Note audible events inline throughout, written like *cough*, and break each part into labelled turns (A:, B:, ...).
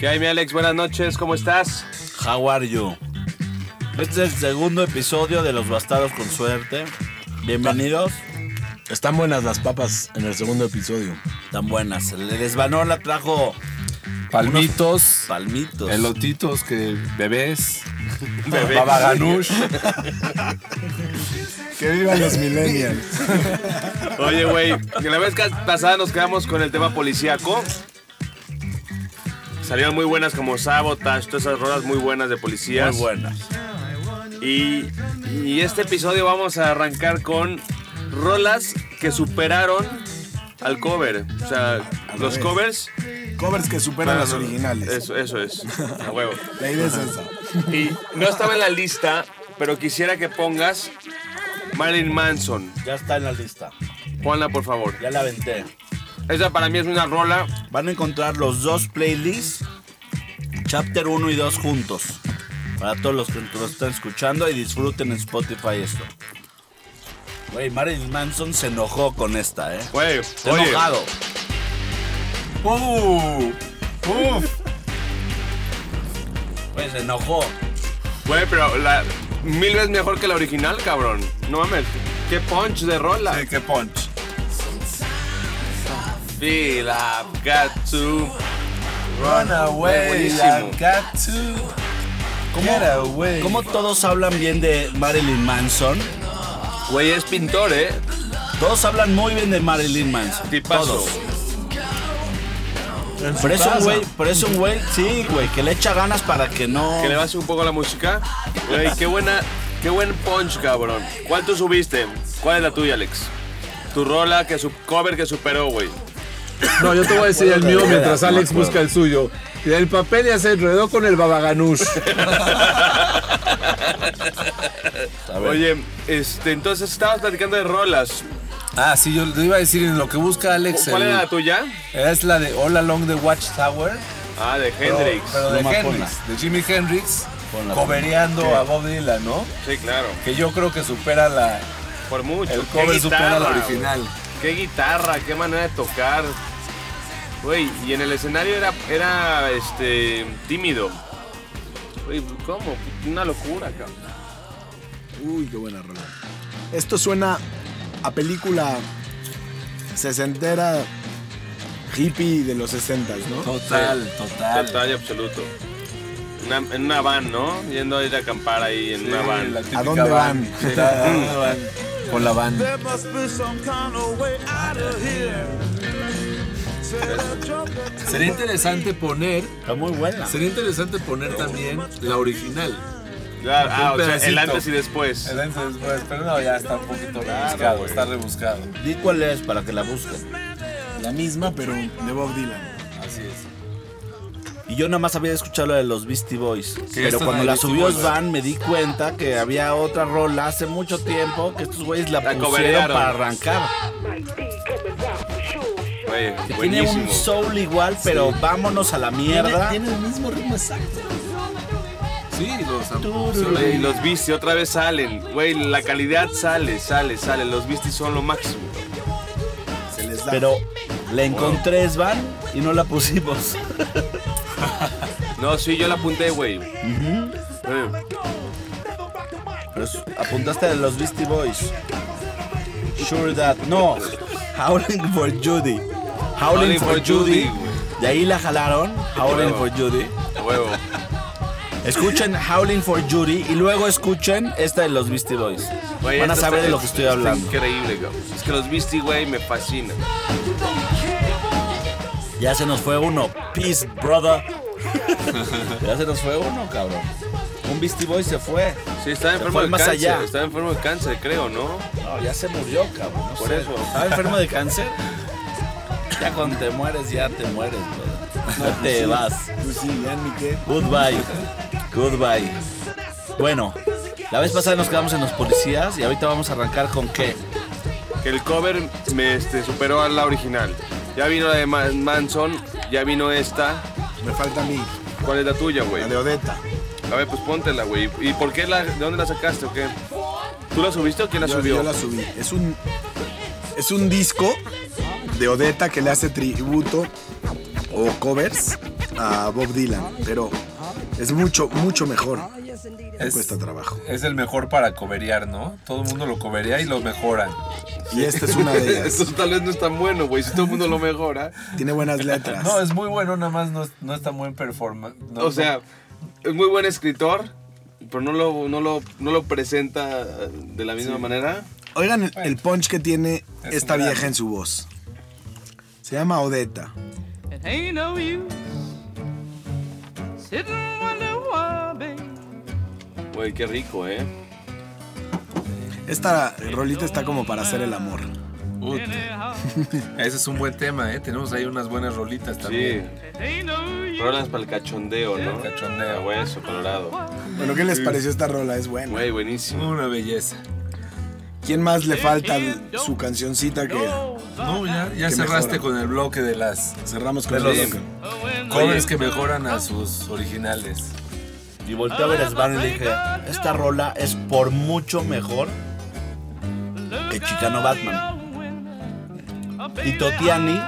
A: Jaime Alex, buenas noches, ¿cómo estás?
B: How are you? Este es el segundo episodio de Los Bastardos con Suerte. Bienvenidos.
C: Están buenas las papas en el segundo episodio.
B: Tan buenas. El Esbanola trajo
D: Palmitos,
B: palmitos.
D: pelotitos que bebés,
A: Bebé.
D: baba ganoush.
C: Que vivan los millennials.
A: Oye, güey, que la vez que- pasada nos quedamos con el tema policíaco. Salieron muy buenas como Sabotage, todas esas rolas muy buenas de policías.
B: Muy buenas.
A: Y, y este episodio vamos a arrancar con rolas que superaron al cover. O sea, los
C: revés.
A: covers.
C: Covers que superan las originales.
A: Eso, eso es. A huevo.
C: La idea es esa.
A: Y no estaba en la lista, pero quisiera que pongas Marilyn Manson.
B: Ya está en la lista.
A: Ponla, por favor.
B: Ya la aventé.
A: Esa para mí es una rola.
B: Van a encontrar los dos playlists, Chapter 1 y 2 juntos. Para todos los que nos están escuchando y disfruten en Spotify esto. Güey, Marilyn Manson se enojó con esta, ¿eh?
A: Güey,
B: Está
A: oye.
B: enojado.
D: Uh, uf.
B: Güey, se enojó.
A: Güey, pero la, mil veces mejor que la original, cabrón. No mames. Qué punch de rola.
D: Sí, qué punch.
A: Feel I've got to.
D: Run away,
A: Buenísimo.
D: I've got to get away.
B: ¿Cómo todos hablan bien de Marilyn Manson?
A: Güey, es pintor, ¿eh?
B: Todos hablan muy bien de Marilyn Manson.
A: Tipazo.
B: Todos. Pero es un güey, pero es un güey, sí, güey, que le echa ganas para que no.
A: Que le bases un poco a la música. Güey, qué buena. Qué buen punch, cabrón. ¿Cuál tú subiste? ¿Cuál es la tuya, Alex? Tu rola, que su cover que superó, güey.
D: No, yo te voy a decir el mío mientras
B: No me
D: Alex
B: acuerdo.
D: busca el suyo. Y el papel ya se enredó con el baba ganoush.
B: A ver.
A: Oye, este, entonces estabas platicando de rolas.
D: Ah, sí, yo te iba a decir en lo que busca Alex.
A: ¿Cuál
D: el-
A: era la tuya?
D: Es la de All Along the Watchtower.
A: Ah, de Hendrix.
D: Pero de
B: No me
D: Hendrix, de Jimi Hendrix,
B: Ponla,
D: cobereando
B: ponla.
D: a Bob Dylan, ¿no?
A: sí, claro.
D: Que yo creo que supera la.
A: Por mucho.
D: El
A: Qué
D: cover supera a la
A: guitarra,
D: original.
A: güey. Qué guitarra, qué manera de tocar. Güey, y en el escenario era, era este, tímido. Güey, ¿cómo? Una locura, cabrón.
C: Uy, qué buena rola. Esto suena a película sesentera hippie de los sesentas, ¿no?
B: Total, total.
A: Total y absoluto. Una- en una van, ¿no? Yendo a ir a acampar ahí en una van.
D: la típica
C: dónde van?
D: Sí,
C: *laughs*
D: ¿A dónde van? Con la van. Sería interesante poner,
B: Está muy buena.
D: sería interesante poner también la original.
A: Claro, ah,
D: Un
A: o sea, el
D: pedacito.
A: antes y después.
D: pues, pero no, ya está un poquito rebuscado, está rebuscado.
B: Di cuál es para que la busquen.
C: La misma, pero de Bob Dylan.
D: Así es.
B: Y yo nada más había escuchado la de los Beastie Boys.
D: esta
B: Pero
D: es
B: cuando
D: la
B: la
D: de Beastie
B: subió
D: Boys.
B: Svan me di cuenta que había otra rola hace mucho tiempo que estos güeyes la,
A: La
B: pusieron
A: coverearon.
B: para arrancar.
A: Güey,
B: Que tiene
A: buenísimo.
B: un soul igual, pero vámonos a la mierda.
C: el mismo ritmo exacto.
D: Sí, los
A: Güey,
D: am-
A: los Beastie otra vez salen. Güey, la calidad sale, sale, sale. Los Beastie son lo máximo.
C: Se les da.
B: Pero le encontré Svan y no la pusimos.
A: No, sí, yo la apunté, güey. Eh,
B: Pero es- apuntaste de los Beastie Boys. Sure that. No. Howling for Judy. Howling, for, Judy.
A: güey.
B: De ahí la jalaron. Howling for Judy.
A: a huevo.
B: Escuchen Howling for Judy y luego escuchen esta de los Beastie Boys.
A: Güey,
B: Van a
A: esto
B: saber
A: está-
B: de lo que estoy
A: está
B: hablando.
A: Increíble, cabrón. Es que los Beastie, güey, me fascinan.
B: Ya se nos fue uno. Peace, brother. *laughs* ya se nos fue uno, cabrón. Un Beastie Boy se fue.
A: Sí, estaba enfermo
B: fue
A: de
B: más
A: cáncer.
B: allá.
A: Estaba enfermo de cáncer, creo, ¿no?
B: No, ya se murió, cabrón. no
A: Por
B: sé.
A: eso.
B: ¿Estaba enfermo de cáncer? Ya cuando te mueres, ya te mueres, brother. *laughs* No te vas.
C: Pues sí, ya ni qué.
B: Goodbye. Goodbye. Bueno, la vez pasada nos quedamos en los policías y ahorita vamos a arrancar con qué.
A: Que el cover me este, superó a la original. Ya vino la de Ma- Manson, ya vino esta.
C: Me falta a mí,
A: ¿Cuál es la tuya, güey?
C: la de Odetta.
A: A ver, pues póntela, güey. ¿Y por qué la, de dónde la sacaste o qué? ¿Tú la subiste o quién la
C: yo,
A: subió?
C: yo
A: *laughs*
C: la subí. Es un, es un disco de Odetta que le hace tributo o covers a Bob Dylan, pero es mucho, mucho mejor. Me
D: Es-
C: cuesta trabajo.
D: Es el mejor para coberear, ¿no? Todo el mundo lo coberea y lo mejoran.
C: Y esta es una
D: *laughs*
C: de ellas.
A: Eso tal vez no es tan bueno, güey. Si todo el mundo lo
B: *laughs*
A: mejora.
C: Tiene buenas letras.
D: No, es muy bueno, nada más no es, no es tan buen performance. No,
A: O sea, es muy buen escritor, pero no lo, no lo, no lo presenta de la misma manera.
C: Oigan el, el punch que tiene
D: Es
C: esta
D: una-
C: vieja en su voz. Se llama Odetta.
E: It ain't no use sitting wonder why, babe.
A: Güey, qué rico, ¿eh?
C: Esta rolita está como para hacer el amor.
D: no- Ut,
E: Anyhow,
D: ese es un buen tema, ¿eh? Tenemos ahí unas buenas rolitas
A: Sí.
D: también.
E: it ain't no use.
A: Rolas para el cachondeo, ¿no?
D: Cachondeo.
A: A hueso, colorado.
C: Bueno, ¿qué les pareció esta rola? Es buena.
A: Güey, buenísimo.
D: Una belleza.
C: ¿Quién más le falta al- su cancioncita que
D: No, ya, ya
C: Que
D: cerraste
C: mejora.
D: con el bloque de las
C: cerramos
D: de
C: con
D: los
C: ella?
D: covers que mejoran a sus originales.
B: Y volteé a ver a Svan y le dije, esta rola es por mucho mejor que Chicano Batman. Y Totiani,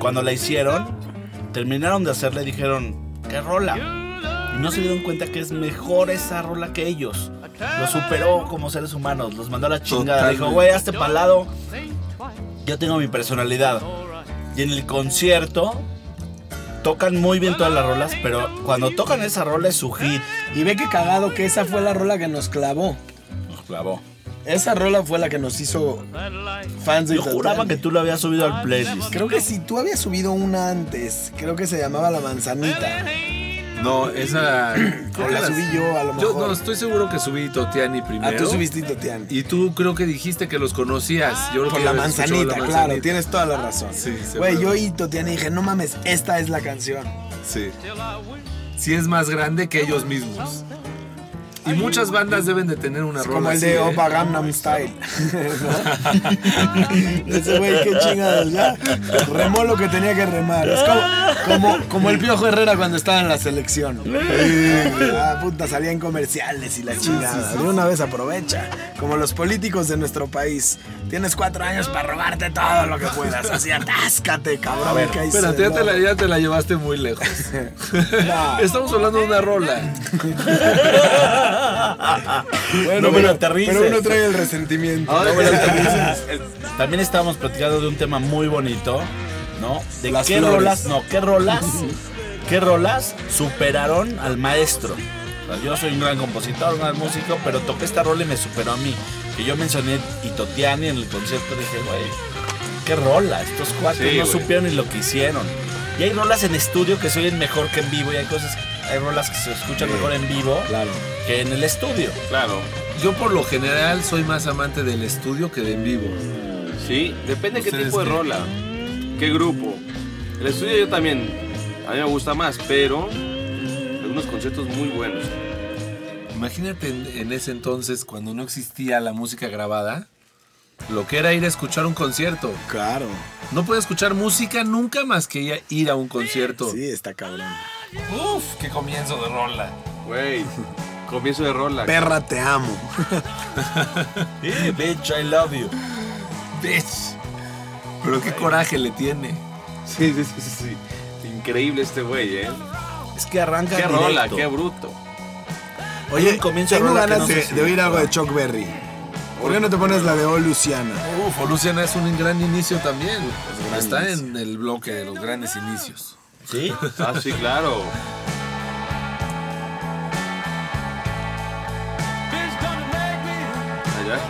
B: cuando la hicieron, terminaron de hacerla y dijeron, ¿qué rola? Y no se dieron cuenta que es mejor esa rola que ellos. Los superó como seres humanos, los mandó a la chingada.
D: Totalmente.
B: Dijo, güey, hazte palado, yo tengo mi personalidad. Y en el concierto tocan muy bien todas las rolas, pero cuando tocan esa rola es su hit.
F: Y ve que cagado que esa fue la rola que nos clavó.
B: Nos clavó.
F: Esa rola fue la que nos hizo fans de
B: Yo juraba
F: Itatán.
B: que tú lo habías subido al playlist.
F: Creo que si tú habías subido una antes, creo que se llamaba La Manzanita.
D: No, esa. *coughs*
F: O la subí yo a lo
D: Yo
F: mejor.
D: no, estoy seguro que subí Totiani
F: Ah,
D: primero.
F: tú subiste Totian.
D: Y tú creo que dijiste que los conocías. Yo creo
F: Por
D: que
F: la
D: habías escuchado
F: manzanita,
D: La
F: claro,
D: Manzanita.
F: tienes toda la razón.
D: Sí, seguro.
F: Güey, yo y Totian y dije, no mames, esta es la canción.
D: Sí. Sí es más grande que ellos mismos. Y muchas bandas deben de tener una
F: Es
D: rola
F: como el
D: así,
F: de
D: ¿eh?
F: Opa Gangnam
D: *laughs*
F: Style. *laughs* ¿No? Ese güey, qué chingados, ya. Remó lo que tenía que remar. Es como, como, como el Piojo Herrera cuando estaba en la selección. Ah, puta, salían comerciales y la chingada. De una vez aprovecha. Como los políticos de nuestro país. Tienes cuatro años para robarte todo lo que puedas. Así atáscate, cabrón. que ahí se
D: Espérate, ya te,
F: va.
D: la, ya te la llevaste muy lejos. *laughs*
F: No.
D: Estamos hablando de una rola.
B: No
F: Bueno,
B: me lo
F: pero,
B: aterrices.
F: pero uno trae el resentimiento.
A: Ahora
B: También estábamos platicando de un tema muy bonito, ¿no? De
F: Las
B: qué
F: flores.
B: rolas, no, qué rolas, *laughs* qué rolas superaron al maestro. O sea, yo soy un gran compositor, un gran músico, pero toqué esta rola y me superó a mí. Que yo mencioné Itotiani en el concierto, dije, güey, qué rola, estos cuatro
A: Sí,
B: no
A: güey.
B: supieron ni lo que hicieron. Y hay rolas en estudio que se oyen mejor que en vivo y hay cosas, hay rolas que se escuchan mejor en vivo
F: Claro.
B: que en el estudio.
A: Claro.
D: Yo por lo general soy más amante del estudio que de en vivo.
A: Sí, depende de qué
D: ¿Ustedes
A: tipo de
D: qué?
A: rola, qué grupo. El estudio yo también, a mí me gusta más, pero hay unos conciertos muy buenos.
D: Imagínate en, en ese entonces cuando no existía la música grabada, lo que era ir a escuchar un concierto.
C: Claro.
D: No podía escuchar música nunca más que ir a- ir a un concierto.
C: Sí, está cabrón.
D: Uf, qué comienzo de rola.
A: Güey, comienzo de rola.
C: Perra, te amo.
B: Yeah, bitch, I love you.
D: Bitch. Pero qué coraje le tiene.
A: Sí, sí, sí, sí, sí. Increíble este güey, ¿eh?
B: Es que arranca
A: Qué rola,
B: directo.
A: qué bruto.
B: Hay
C: Oye,
B: un comienzo de
C: tengo
B: rola que
C: ganas
B: no
C: de,
B: sé si-
C: de oír algo de Chuck Berry. ¿Por qué no te pones la de Oh Luciana?
D: Uf, o Luciana es un gran inicio también. Está en el bloque de los grandes inicios.
B: ¿Sí?
A: Ah, sí, claro. Allá.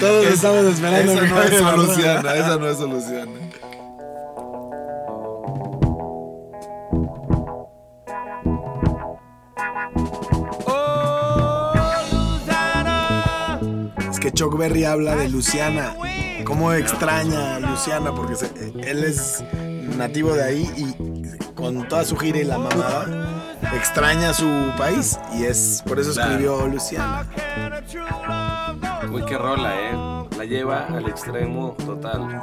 F: Todos estamos esperando que
D: no es
F: acabe la rola.
D: Luciana, esa no es Luciana.
C: Es que Chuck Berry habla de Luciana. ¿Cómo extraña a Luciana? Porque se- él es nativo de ahí y con toda su gira y la mamada extraña su país y es por eso escribió Oh Luciana.
E: oh.
A: Güey, qué rola, ¿eh? La lleva al extremo total.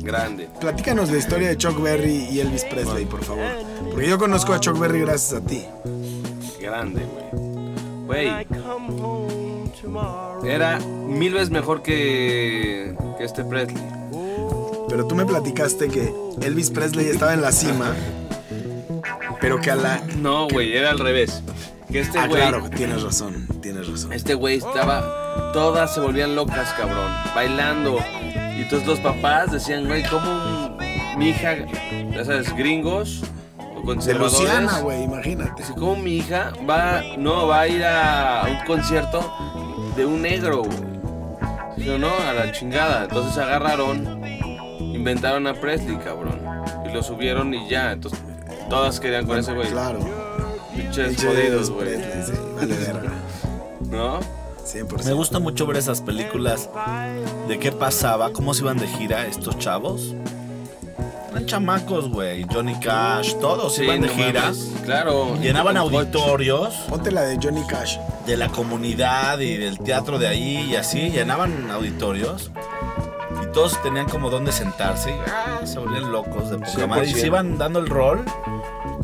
A: Grande.
C: Platícanos la historia de Chuck Berry y Elvis Presley, por favor. Porque yo conozco a Chuck Berry gracias a ti.
A: Grande, güey. Güey. Era mil veces mejor que, que este Presley.
F: pero tú me platicaste que Elvis Presley estaba en la cima, pero que a la...
A: No, güey, era al revés. Que este
F: Ah,
A: güey.
F: claro, tienes razón, tienes razón.
A: Este güey estaba. Todas se volvían locas, cabrón. Bailando. Y entonces los papás decían, güey, ¿cómo un- mi hija, ya sabes, gringos o
F: De
A: conservadores?
F: Luciana, güey, imagínate.
A: Dice, ¿cómo mi hija va, no, va a ir a un concierto de un negro? güey?" Dijo, no, a la chingada. Entonces agarraron, inventaron a Presley, cabrón. Y lo subieron y ya. Entonces todas querían con ese güey.
F: Claro,
A: Pinches
F: pinche
A: jodidos,
F: Elvis
A: güey.
F: Presley, sí, vale verga,
A: ¿No?
F: 100%.
B: Me gusta mucho ver esas películas de qué pasaba, cómo se iban de gira estos chavos. Eran chamacos, güey. Johnny Cash, todos
A: Sí,
B: iban de
A: no
B: gira.
A: mames. Claro.
B: Llenaban
A: Con
B: auditorios
F: Ponte la de Johnny Cash.
B: de la comunidad y del teatro de ahí y así. Llenaban auditorios. Y todos tenían como dónde sentarse. y, ah, se volvían locos de poca madre. Y se
A: 100%.
B: iban dando el rol.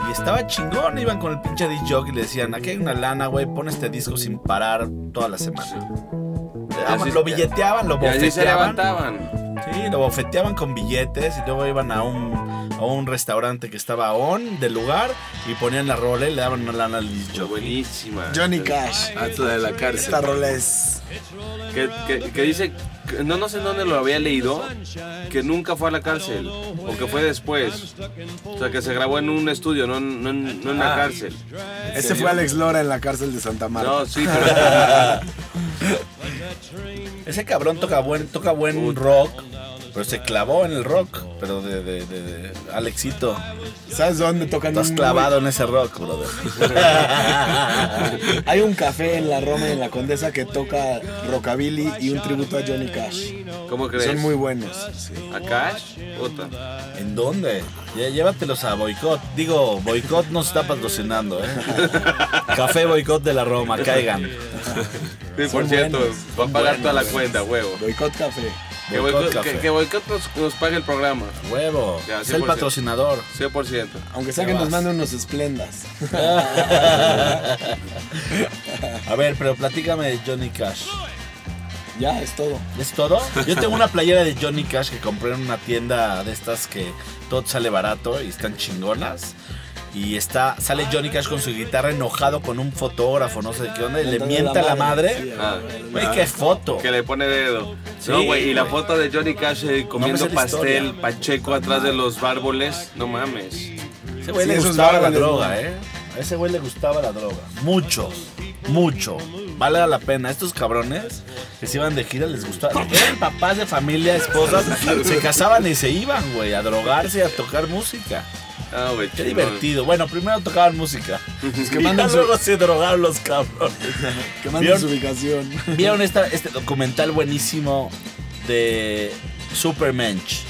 B: Y estaba chingón. Iban con el pinche DJ y le decían: Aquí hay una lana, güey. Pon este disco sin parar toda la semana. Le daban-
A: así-
B: lo billeteaban, lo
A: Y así se
B: bofeteaban.
A: levantaban.
B: Sí, lo bofeteaban con billetes y luego iban a un, a un restaurante que estaba on del lugar y ponían la rola y le daban una lana al disc jockey.
A: Buenísima.
F: Johnny Cash.
D: Hasta de la cárcel.
F: Esta rola es...
A: Que, que- que dice, que- no, no sé en dónde lo había leído, que nunca fue a la cárcel, o que fue después. O sea, que se grabó en un estudio, no, en- no en no en la
D: Ah.
A: cárcel.
F: Ese fue Alex Lora en la cárcel de Santa Marta.
A: No, sí, pero
B: Ese cabrón toca buen, toca buen rock, pero se clavó en el rock, pero de, de, de- de- Alexito.
F: ¿Sabes dónde tocan?
B: Estás
F: muy-
B: clavado en ese rock, brother. *laughs*
F: Hay un café en la Roma y en la Condesa que toca rockabilly y un tributo a Johnny Cash.
A: ¿cómo crees?
F: Son muy buenos. sí.
A: ¿A Cash? Puta.
B: ¿En dónde? Ya, llévatelos a Boicot. Digo, Boicot nos está patrocinando, ¿eh? Café Boicot de la Roma, caigan.
A: Sí, por
F: Son
A: cierto,
F: buenos,
A: va a pagar
F: buenos,
A: toda la
F: güey.
A: cuenta, huevo.
F: Boicot Café.
A: Que
B: Boicot
A: boicot,
B: Café.
A: que, que Boicot nos, nos pague el programa,
B: Huevo,
A: Ya,
B: es el
A: 100%. *laughs*
B: patrocinador.
A: 100%.
F: Aunque sea que
B: vas.
F: nos manden unos esplendas. *laughs*
B: A ver, pero platícame de Johnny Cash.
F: ya, es todo.
B: ¿Es todo? Yo tengo una playera de Johnny Cash que compré en una tienda de estas que todo te sale barato y están chingonas. Y está, sale Johnny Cash con su guitarra enojado con un fotógrafo, no sé de qué onda, y le
F: Dándole
B: mienta a la
F: Sí,
B: madre.
A: Ah,
B: Güey, qué foto.
A: que le pone dedo.
B: Sí,
A: no, güey, y la
B: güey.
A: foto de Johnny Cash eh, comiendo
B: sé la
A: pastel,
B: historia.
A: Pacheco atrás de los árboles. No mames.
B: Ese güey
F: Sí,
B: le
F: esos
B: gustaba la
F: bárbaros,
B: droga,
F: ¿no?
B: ¿eh? A ese güey le gustaba la droga. Mucho, mucho. Vale la pena. Estos cabrones que se iban de gira les gustaba. Eran papás de familia, esposas. se casaban y se iban, güey, a drogarse y a tocar música.
A: Ah, güey,
B: Qué
A: chingón.
B: divertido. Bueno, primero tocaban música.
F: que
B: y ya
F: manden su-
B: luego se drogaron los cabrones.
F: Que manden
B: ¿Vieron?
F: su ubicación. *laughs*
B: ¿Vieron esta, este documental buenísimo de Supermensch?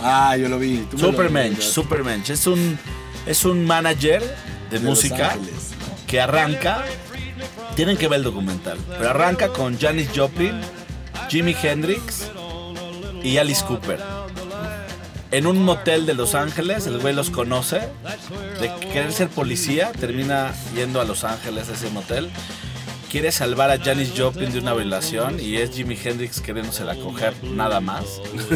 F: Ah, yo lo vi. Tú me lo
B: Supermensch,
F: recomendaste.
B: Supermensch. Es un, es un manager de,
F: De Los
B: música
F: Ángeles.
B: que arranca. Tienen que ver el documental. Pero arranca con Janis Joplin, Jimi Hendrix y Alice Cooper. En un motel de Los Ángeles, el güey los conoce. De querer ser policía, termina yendo a Los Ángeles a ese motel. Quiere salvar a Janis Joplin de una violación y es Jimi Hendrix queriéndosela coger nada más.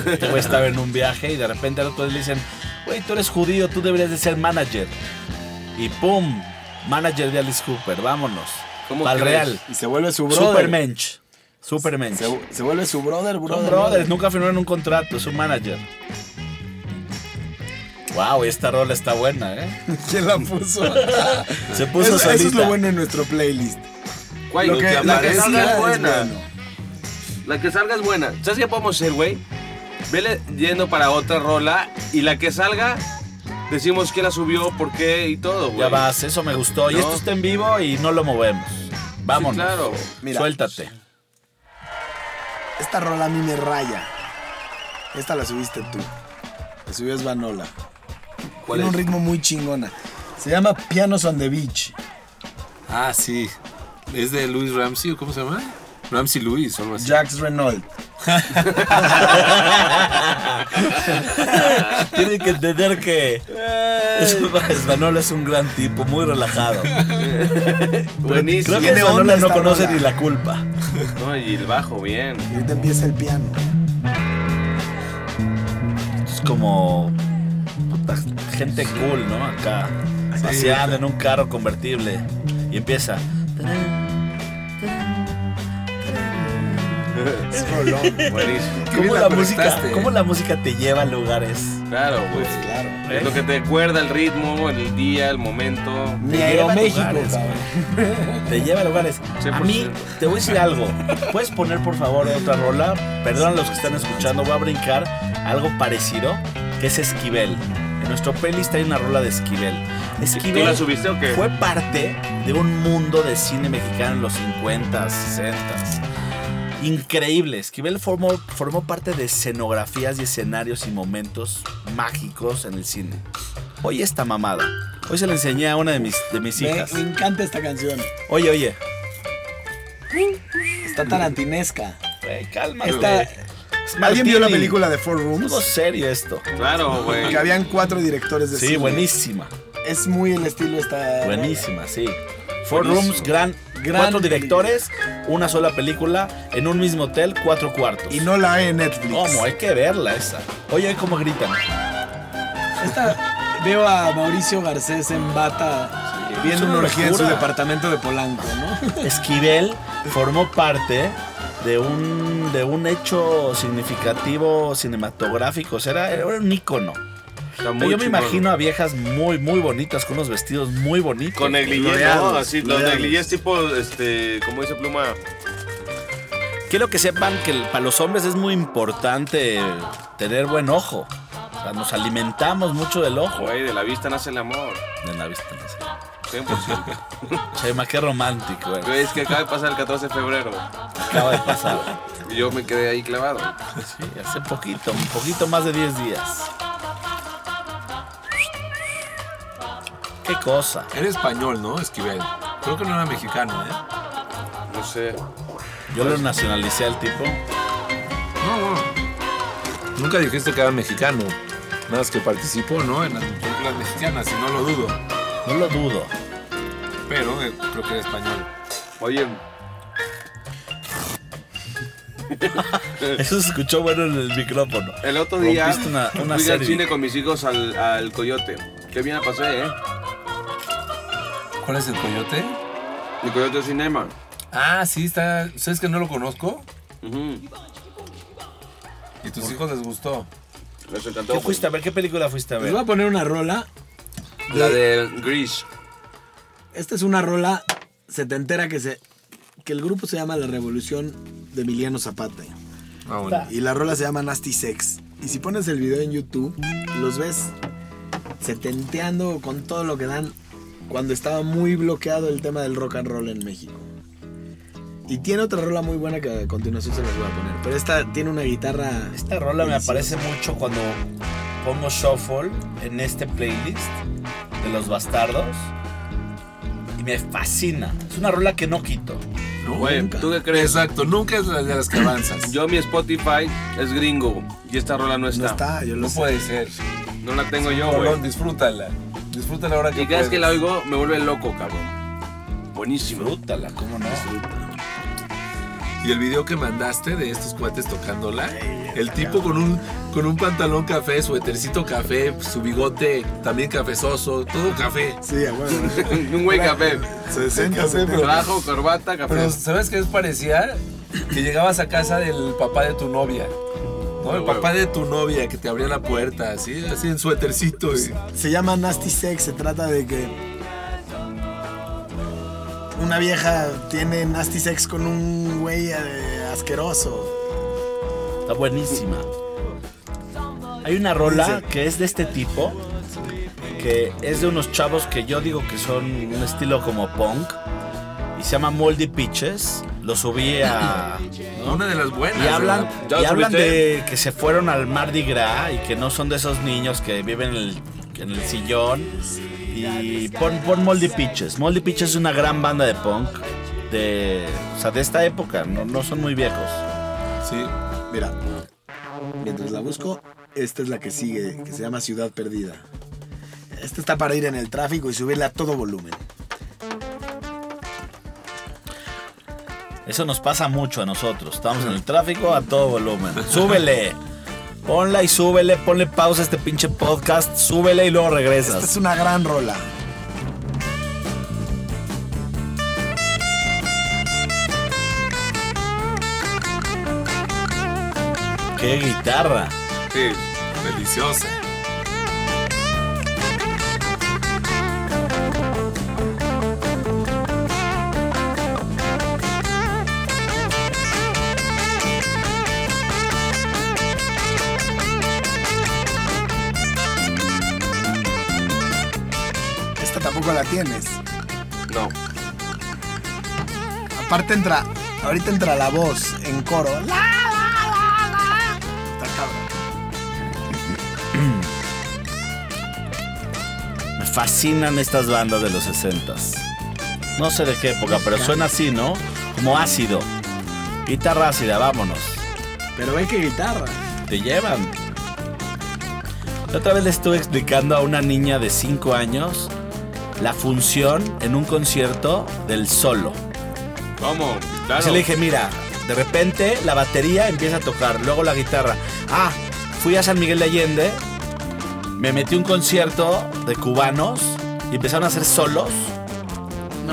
B: Este güey estaba en un viaje y de repente al otro día le dicen, güey, tú eres judío, tú deberías de ser manager. Y ¡pum! Manager de Alice Cooper, vámonos.
A: ¿Cómo
B: Al
A: crees?
B: Real.
F: Y se vuelve su brother.
B: Supermensch. Supermensch.
F: Se, vu- se vuelve su brother, brother.
B: Son brothers, nunca firmaron un contrato, es un manager. Wow, esta rola está buena, ¿eh?
F: ¿Quién la puso? *laughs*
B: Se puso
F: eso, eso es lo
B: solita.
F: bueno en nuestro playlist.
A: Güey,
F: Lo
A: lo
F: que-
A: que,
F: la
A: la que
F: que
A: salga
F: siga
A: es
F: es
A: buena.
F: bueno.
A: La que salga es buena. ¿Sabes qué podemos hacer, güey? Vele yendo para otra rola y la que salga decimos quién la subió, por qué y todo, güey.
B: Ya vas, eso me gustó. Y
A: No.
B: esto está en vivo y no lo movemos. Vámonos.
A: claro.
F: Mira.
B: Suéltate.
F: Esta rola a mí me raya. Esta la subiste tú. La subió Svanola.
A: ¿Cuál
F: Tiene
A: es?
F: un ritmo muy chingona. Se llama Pianos on the Beach.
B: *laughs*
D: Ah, sí. ¿Es de Luis Ramsey o cómo se llama? Ramsey Luis o algo así.
F: Jax Renault.
B: Tienen que entender que
F: Eh.
B: es- Manolo es un gran tipo, muy
F: *laughs*
B: relajado.
A: Buenísimo.
B: Creo que
F: Tiene
B: Manolo
F: onda
B: no
F: esta
B: conoce
F: rola.
B: ni la culpa.
A: No, y el bajo, bien.
F: Y ahorita empieza el piano.
B: como puta, gente cool, ¿no? Acá, paseando en un carro convertible. Y empieza.
C: Es rolón.
A: Buenísimo.
B: ¿Cómo la, música,
A: eh.
D: prestaste?
B: ¿Cómo la música te lleva a lugares?
A: Claro, güey.
B: Pues
C: Claro.
A: Es lo que te acuerda el ritmo, el día, el momento.
B: Te
F: Ni
B: lleva a
F: Aeroméxico,
B: lugares,
F: cabrón.
B: güey. Te lleva a lugares. A mí,
A: 100%.
B: te voy a decir algo. ¿Puedes poner, por favor, otra rola? Perdón a los que están escuchando, voy a brincar algo parecido, que es Esquivel. En nuestro playlist hay una rola de Esquivel.
A: ¿Tú
B: Esquivel
A: la subiste o qué?
B: fue parte de un mundo de cine mexicano en los 50s, 60s. Increíble. Esquivel formó, formó parte de escenografías y escenarios y momentos mágicos en el cine. Hoy esta mamada. Hoy se la enseñé a una de mis, de mis
F: Me,
B: hijas.
F: me encanta esta canción.
B: Oye, oye.
F: Está tarantinesca.
B: Güey, calma,
F: Esta-
B: güey. Es
C: ¿Alguien vio la
B: Martini.
C: película de Four
B: Algo
C: Rooms?
B: serio esto.
A: Claro, güey.
C: Que habían cuatro directores de
B: Sí,
C: cine.
B: buenísima.
F: Es muy el estilo esta.
B: Buenísima, sí. Four
A: Buenísimo.
B: Rooms, gran,
F: Gran
B: cuatro
F: película.
B: directores, una sola película, en un mismo hotel, cuatro cuartos.
C: Y no la hay en Netflix.
B: ¿Cómo? Hay que verla esa. Oye, ¿cómo gritan?
F: Esta veo a Mauricio Garcés en bata viendo
B: Es una
F: una orgía en su
B: locura.
F: departamento de Polanco, ¿no?
B: Esquivel formó parte de un, de un hecho significativo cinematográfico. O sea, era, era un ícono.
A: Está muy
B: Yo me
A: chingón.
B: imagino a viejas muy, muy bonitas, con unos vestidos muy bonitos.
A: Con negligés, ¿no?
C: Loreados,
A: Así, los
C: loreados.
A: negligés tipo, este, como dice Pluma,
B: Quiero que sepan que el- para los hombres es muy importante tener buen ojo. O sea, nos alimentamos mucho del ojo. eh.
A: güey, de la vista nace el amor.
B: De la vista. no sé.
A: 100%.
B: Chema, qué romántico, güey.
A: Güey, es que acaba de pasar el 14 de febrero
B: Acaba de pasar.
A: y yo me quedé ahí clavado.
B: Sí, hace poquito, un poquito más de 10 días. Qué cosa.
D: Era español, ¿no? Esquivel. Creo que no era mexicano, ¿eh?
A: No sé.
B: Yo lo nacionalicé al tipo.
D: No, no. Nunca dijiste que era mexicano. Nada más que participó, ¿no? En las películas mexicanas, y no lo dudo.
B: No lo dudo.
D: Pero eh, creo que era español.
A: Oye,
B: Eso se escuchó bueno en el micrófono.
A: el otro día
B: Rompiste una- una
A: fui al
B: serie.
A: cine con mis hijos al, al Coyote. Qué bien la pasé, ¿eh?
D: ¿Cuál es el coyote?
A: El Coyote Cinema.
D: Ah, sí, está. ¿Sabes que no lo conozco?
A: Ujú.
D: Y tus hijos les gustó.
A: Les encantó.
B: ¿Qué fuiste a ver? ¿Qué película fuiste a
F: Les voy
B: ver?
F: a poner una rola.
A: La de Grease.
F: Esta es una rola setentera que se. que el grupo se llama La Revolución de Emiliano Zapata.
D: Ah, bueno.
F: Y la rola se llama Nasty Sex. Y si pones el video en YouTube, los ves setenteando con todo lo que dan cuando estaba muy bloqueado el tema del rock and roll en México. Y tiene otra rola muy buena que a continuación se las voy a poner. Pero esta tiene una guitarra.
B: Esta rola me
F: deliciosa.
B: aparece mucho cuando pongo shuffle en este playlist de los bastardos. Y me fascina. Es una rola que no quito.
A: Güey, ¿tú qué crees?
D: Exacto, nunca es la de las que avanzas.
A: Yo mi Spotify es gringo y esta rola no está.
F: No está, yo lo
D: no
F: sé.
D: puede ser.
A: No la tengo yo,
D: Rolón,
A: güey.
D: disfrútala. Disfrútala ahora que
A: Y cada vez que la
D: puedes.
A: oigo me vuelve loco, cabrón. Buenísimo.
B: Disfrútala, ¿cómo no?
D: Y el video que mandaste de estos cuates tocándola, el tipo con un, con un pantalón café, suétercito café, su bigote también cafezoso, todo café.
C: Sí, bueno.
A: *laughs* Un güey café.
C: 60, 70.
A: Trabajo, corbata, café.
D: Pero ¿sabes qué es parecía? Que llegabas a casa del papá de tu novia. ¿no? El
A: Ah,
D: papá de tu novia que te abría la puerta, así, así en suétercito. y-
F: Se llama Nasty Sex, se trata de que
C: Una vieja tiene nasty sex con un güey eh, asqueroso.
B: Está buenísima. Hay una rola que es de este tipo, que es de unos chavos que yo digo que son un estilo como punk, y se llama Moldy Pitches. Lo subí a...
D: Una de las buenas.
B: Y hablan,
D: ¿verdad?
A: Ah, Ya
B: y hablan
A: subiste.
B: de que se fueron al Mardi Gras y que no son de esos niños que viven en el, en el sillón. Y pon, pon Moldy Pitches. Moldy Pitches es una gran banda de punk de, o sea, de esta época, no, no son muy viejos.
D: Sí.
F: Mira, mientras la busco, esta es la que sigue, que se llama Ciudad Perdida. Esta está para ir en el tráfico y subirla a todo volumen.
B: Eso nos pasa mucho a nosotros. Estamos en el tráfico a todo volumen. ¡Súbele! Ponla y súbele, ponle pausa a este pinche podcast, súbele y luego regresas.
F: Esta Este es una gran rola.
B: ¡Qué guitarra!
D: Sí, deliciosa.
F: Esta tampoco la tienes.
A: No.
F: Aparte entra, ahorita entra la voz en coro. La, la, la, la. Está cabrón.
B: Me fascinan estas bandas de los 60 No sé de qué época, pero suena así, ¿no? Como ácido. Guitarra ácida, vámonos.
F: Pero ve que guitarra.
B: Te llevan. La otra vez le estuve explicando a una niña de 5 años la función en un concierto del solo.
A: ¿Cómo?
B: Así
A: Claro.
B: le dije, mira, de repente la batería empieza a tocar, luego la guitarra. Ah, fui a San Miguel de Allende, me metí a un concierto de cubanos y empezaron a hacer solos.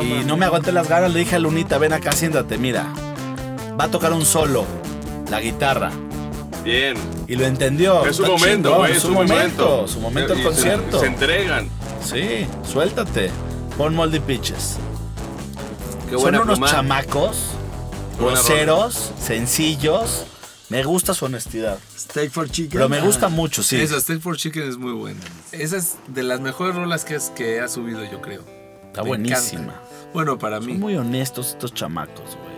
B: y no me aguanté las ganas, le dije a Lunita, ven acá, siéntate, mira. Va a tocar un solo, la guitarra.
A: Bien.
B: Y lo entendió.
A: Es su
B: Está
A: momento,
B: chingón,
A: güey.
B: Es su momento, su momento
A: Y
B: el
A: se-
B: concierto.
A: Se entregan.
B: Sí, suéltate. Pon moldy pitches.
A: Qué
B: Son
A: buena
B: unos
A: pluma.
B: chamacos,
A: Qué buena
B: groseros, sencillos. Me gusta su honestidad.
F: Steak for Chicken.
B: Pero me gusta mucho, sí.
D: Esa Steak for Chicken es muy buena. Esa es de las mejores rolas que, es, que ha subido, yo creo.
B: Está
D: Me
B: buenísima.
D: encanta. Bueno, para mí.
B: Son muy honestos estos chamacos, güey.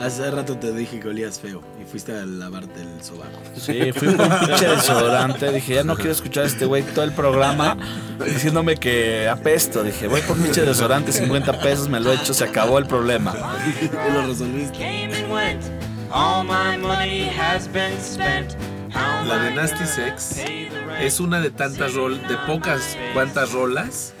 F: Hace rato te dije que olías feo y fuiste a lavarte el sobaco.
B: *laughs* Sí, fui con un pinche desodorante. Dije, ya no quiero escuchar a este güey todo el programa diciéndome que apesto. Dije, voy por pinche desodorante, 50 pesos, me lo he hecho, se acabó el problema.
F: Y lo resolviste.
E: Came and went. All my money has been spent. How
D: La
E: am
D: de
E: I
D: Nasty
E: gonna
D: Sex
E: pay the rent?
D: es una de tantas rol, de pocas cuantas rolas.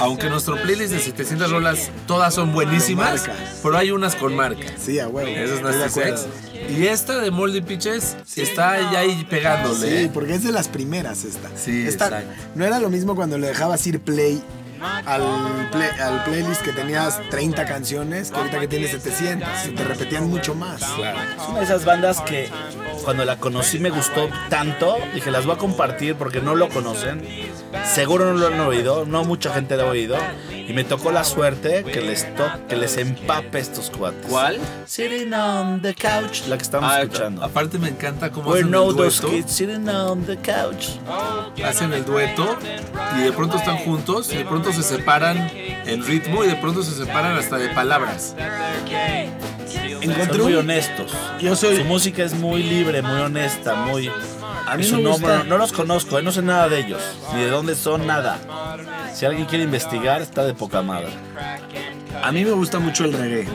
D: Aunque nuestro playlist de 700 rolas, todas son buenísimas,
F: Con marcas.
D: pero hay unas con marca.
F: Sí, a huevo.
D: Esa es
F: estoy de
D: Nasty
F: acuerdo.
D: Sex. Y esta de Moldy Pitches está ya ahí pegándole.
F: Sí,
D: ¿eh?
F: porque es de las primeras esta.
D: Sí,
F: Esta-
D: exacto.
F: No era lo mismo cuando le dejabas ir play al, play al playlist que tenías 30 canciones, que ahorita que tienes 700. Se te repetían mucho más.
D: Claro.
B: Es una de esas bandas que cuando la conocí me gustó tanto. Dije, las voy a compartir porque no lo conocen. Seguro no lo han oído, no mucha gente lo ha oído. Y me tocó la suerte que les, to- que les empape estos cuates.
A: ¿Cuál?
B: Sitting on the couch, la que estamos
A: Ah,
B: escuchando.
D: Aparte me encanta cómo
B: We're
D: hacen
B: no
D: el
B: those
D: dueto.
B: kids sitting on the couch.
D: Hacen el dueto y de pronto están juntos y de pronto se separan en ritmo y de pronto se separan hasta de palabras.
B: Son
F: Encontré
B: muy
F: un,
B: honestos.
F: yo soy-
B: Su música es muy libre, muy honesta, muy.
F: A mí
B: es un
F: me gusta-
B: hombre- no los conozco, eh, no sé nada de ellos, ni de dónde son, nada. Si alguien quiere investigar, está de poca madre.
F: a mí me gusta mucho el reggae.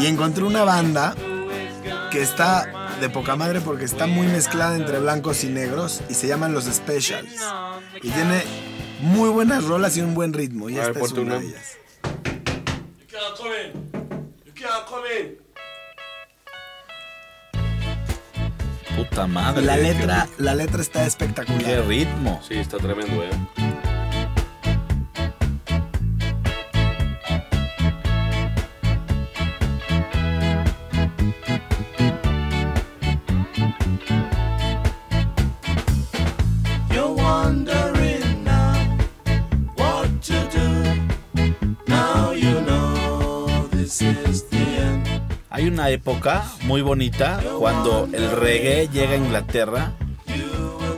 F: Y encontré una banda que está de poca madre porque está muy mezclada entre blancos y negros y se llaman los Specials. Y tiene muy buenas rolas y un buen ritmo. Y
A: A ver,
F: esta es
A: ponte
F: una
A: una.
F: de ellas.
B: Puta madre.
F: La
B: qué-
F: letra, la letra está
B: Qué
F: espectacular.
B: ritmo.
A: Sí, está tremendo, eh.
B: Hay una época muy bonita cuando el reggae llega a Inglaterra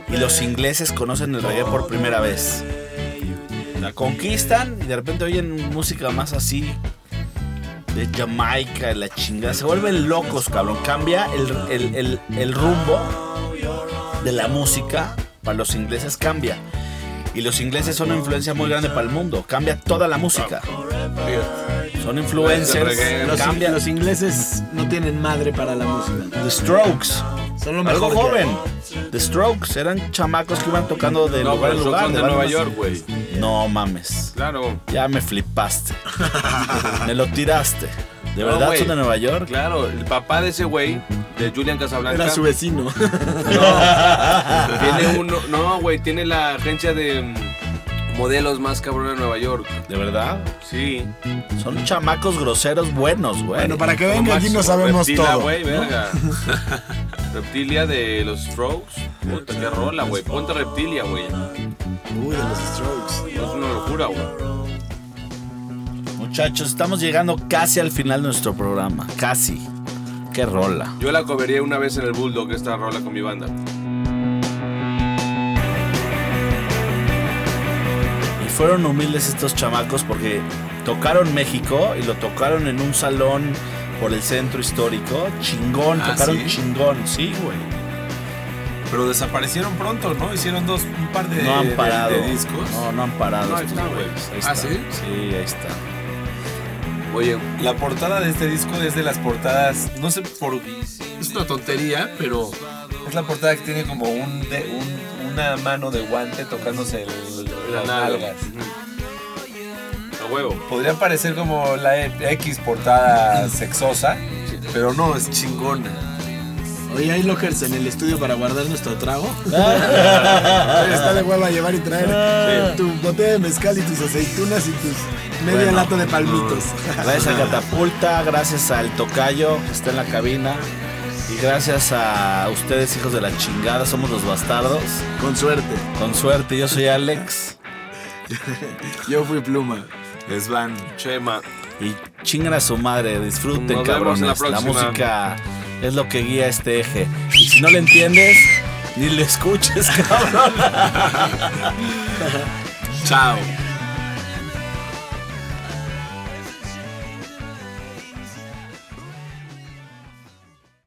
B: y los ingleses conocen el reggae por primera vez. La conquistan y de repente oyen música más así de Jamaica, de la chingada. Se vuelven locos, cabrón. Cambia el, el- el- el rumbo de la música para los ingleses, cambia. Y los ingleses son una influencia muy grande para el mundo. Cambia toda la música. Son influencers.
D: reggae.
F: Los,
B: cambian.
F: los ingleses no tienen madre para la música.
B: The Strokes.
F: Son lo
B: Algo
F: mejor que
B: joven. The Strokes eran chamacos que iban tocando de
A: No,
B: lugar
A: pero
B: a
A: son
B: lugar.
A: de
B: lugar a
A: Nueva
B: lugar.
A: York, güey.
B: No mames.
A: Claro.
B: Ya
A: *laughs*
B: me flipaste. me lo tiraste. ¿De verdad
A: güey.
B: son de Nueva York?
A: Claro, el papá de ese güey de Julian Casablanca.
F: Era su vecino.
A: Tiene uno. No, güey, tiene la agencia de mm, modelos más cabrona de Nueva York.
B: ¿De verdad?
A: Sí.
B: Son chamacos groseros buenos, güey.
F: Bueno, para que vean que aquí no sabemos
A: Reptilia,
F: todo.
A: güey, verga. *laughs* reptilia de los Strokes. Puta, qué rola, güey. Ponte reptilia, güey.
F: Uy, de los Strokes.
A: Es una locura, güey.
B: Muchachos, estamos llegando casi al final de nuestro programa. Casi. Qué rola.
A: Yo la covería una vez en el Bulldog, esta rola con mi banda.
B: Y fueron humildes estos chamacos porque tocaron México y lo tocaron en un salón por el centro histórico. Chingón,
D: Ah,
B: tocaron
D: ¿sí?
B: chingón, sí, güey.
D: Pero desaparecieron pronto, ¿no? Hicieron dos, un par de,
B: No han
D: de-
B: parado.
D: de discos.
B: No, no han parado.
D: No, ahí
B: estos
D: está, güey.
B: güeyes. Ahí
D: Ah,
B: está.
D: ¿sí?
B: Sí, ahí está.
A: Oye,
D: La portada de este disco es de las portadas, no sé por qué, es una tontería, pero es la portada que tiene como un, de- un- una mano de guante tocándose el-
A: la
D: las
A: nalga.
D: nalgas.
A: Ujú. A huevo.
D: Podría parecer como la E- X portada sexosa, pero no, es chingona.
F: Oye, ¿hay lockers en el estudio para guardar nuestro *laughs* trago? Está de huevo a llevar y traer tu botella de mezcal y tus aceitunas y tus media
B: Bueno.
F: lata de palmitos.
B: Gracias a Catapulta, gracias al Tocayo que está en la cabina. Y gracias a ustedes, hijos de la chingada, somos los bastardos.
F: Con suerte.
B: Con suerte, yo soy Alex.
F: Yo fui pluma.
D: Es van.
A: Chema.
B: Y chingan a su madre, disfruten,
A: Nos vemos
B: cabrones.
A: en la
B: la
A: próxima.
B: música es lo que guía este eje. Y si no le entiendes, *laughs* ni le escuches, cabrón.
D: Chao.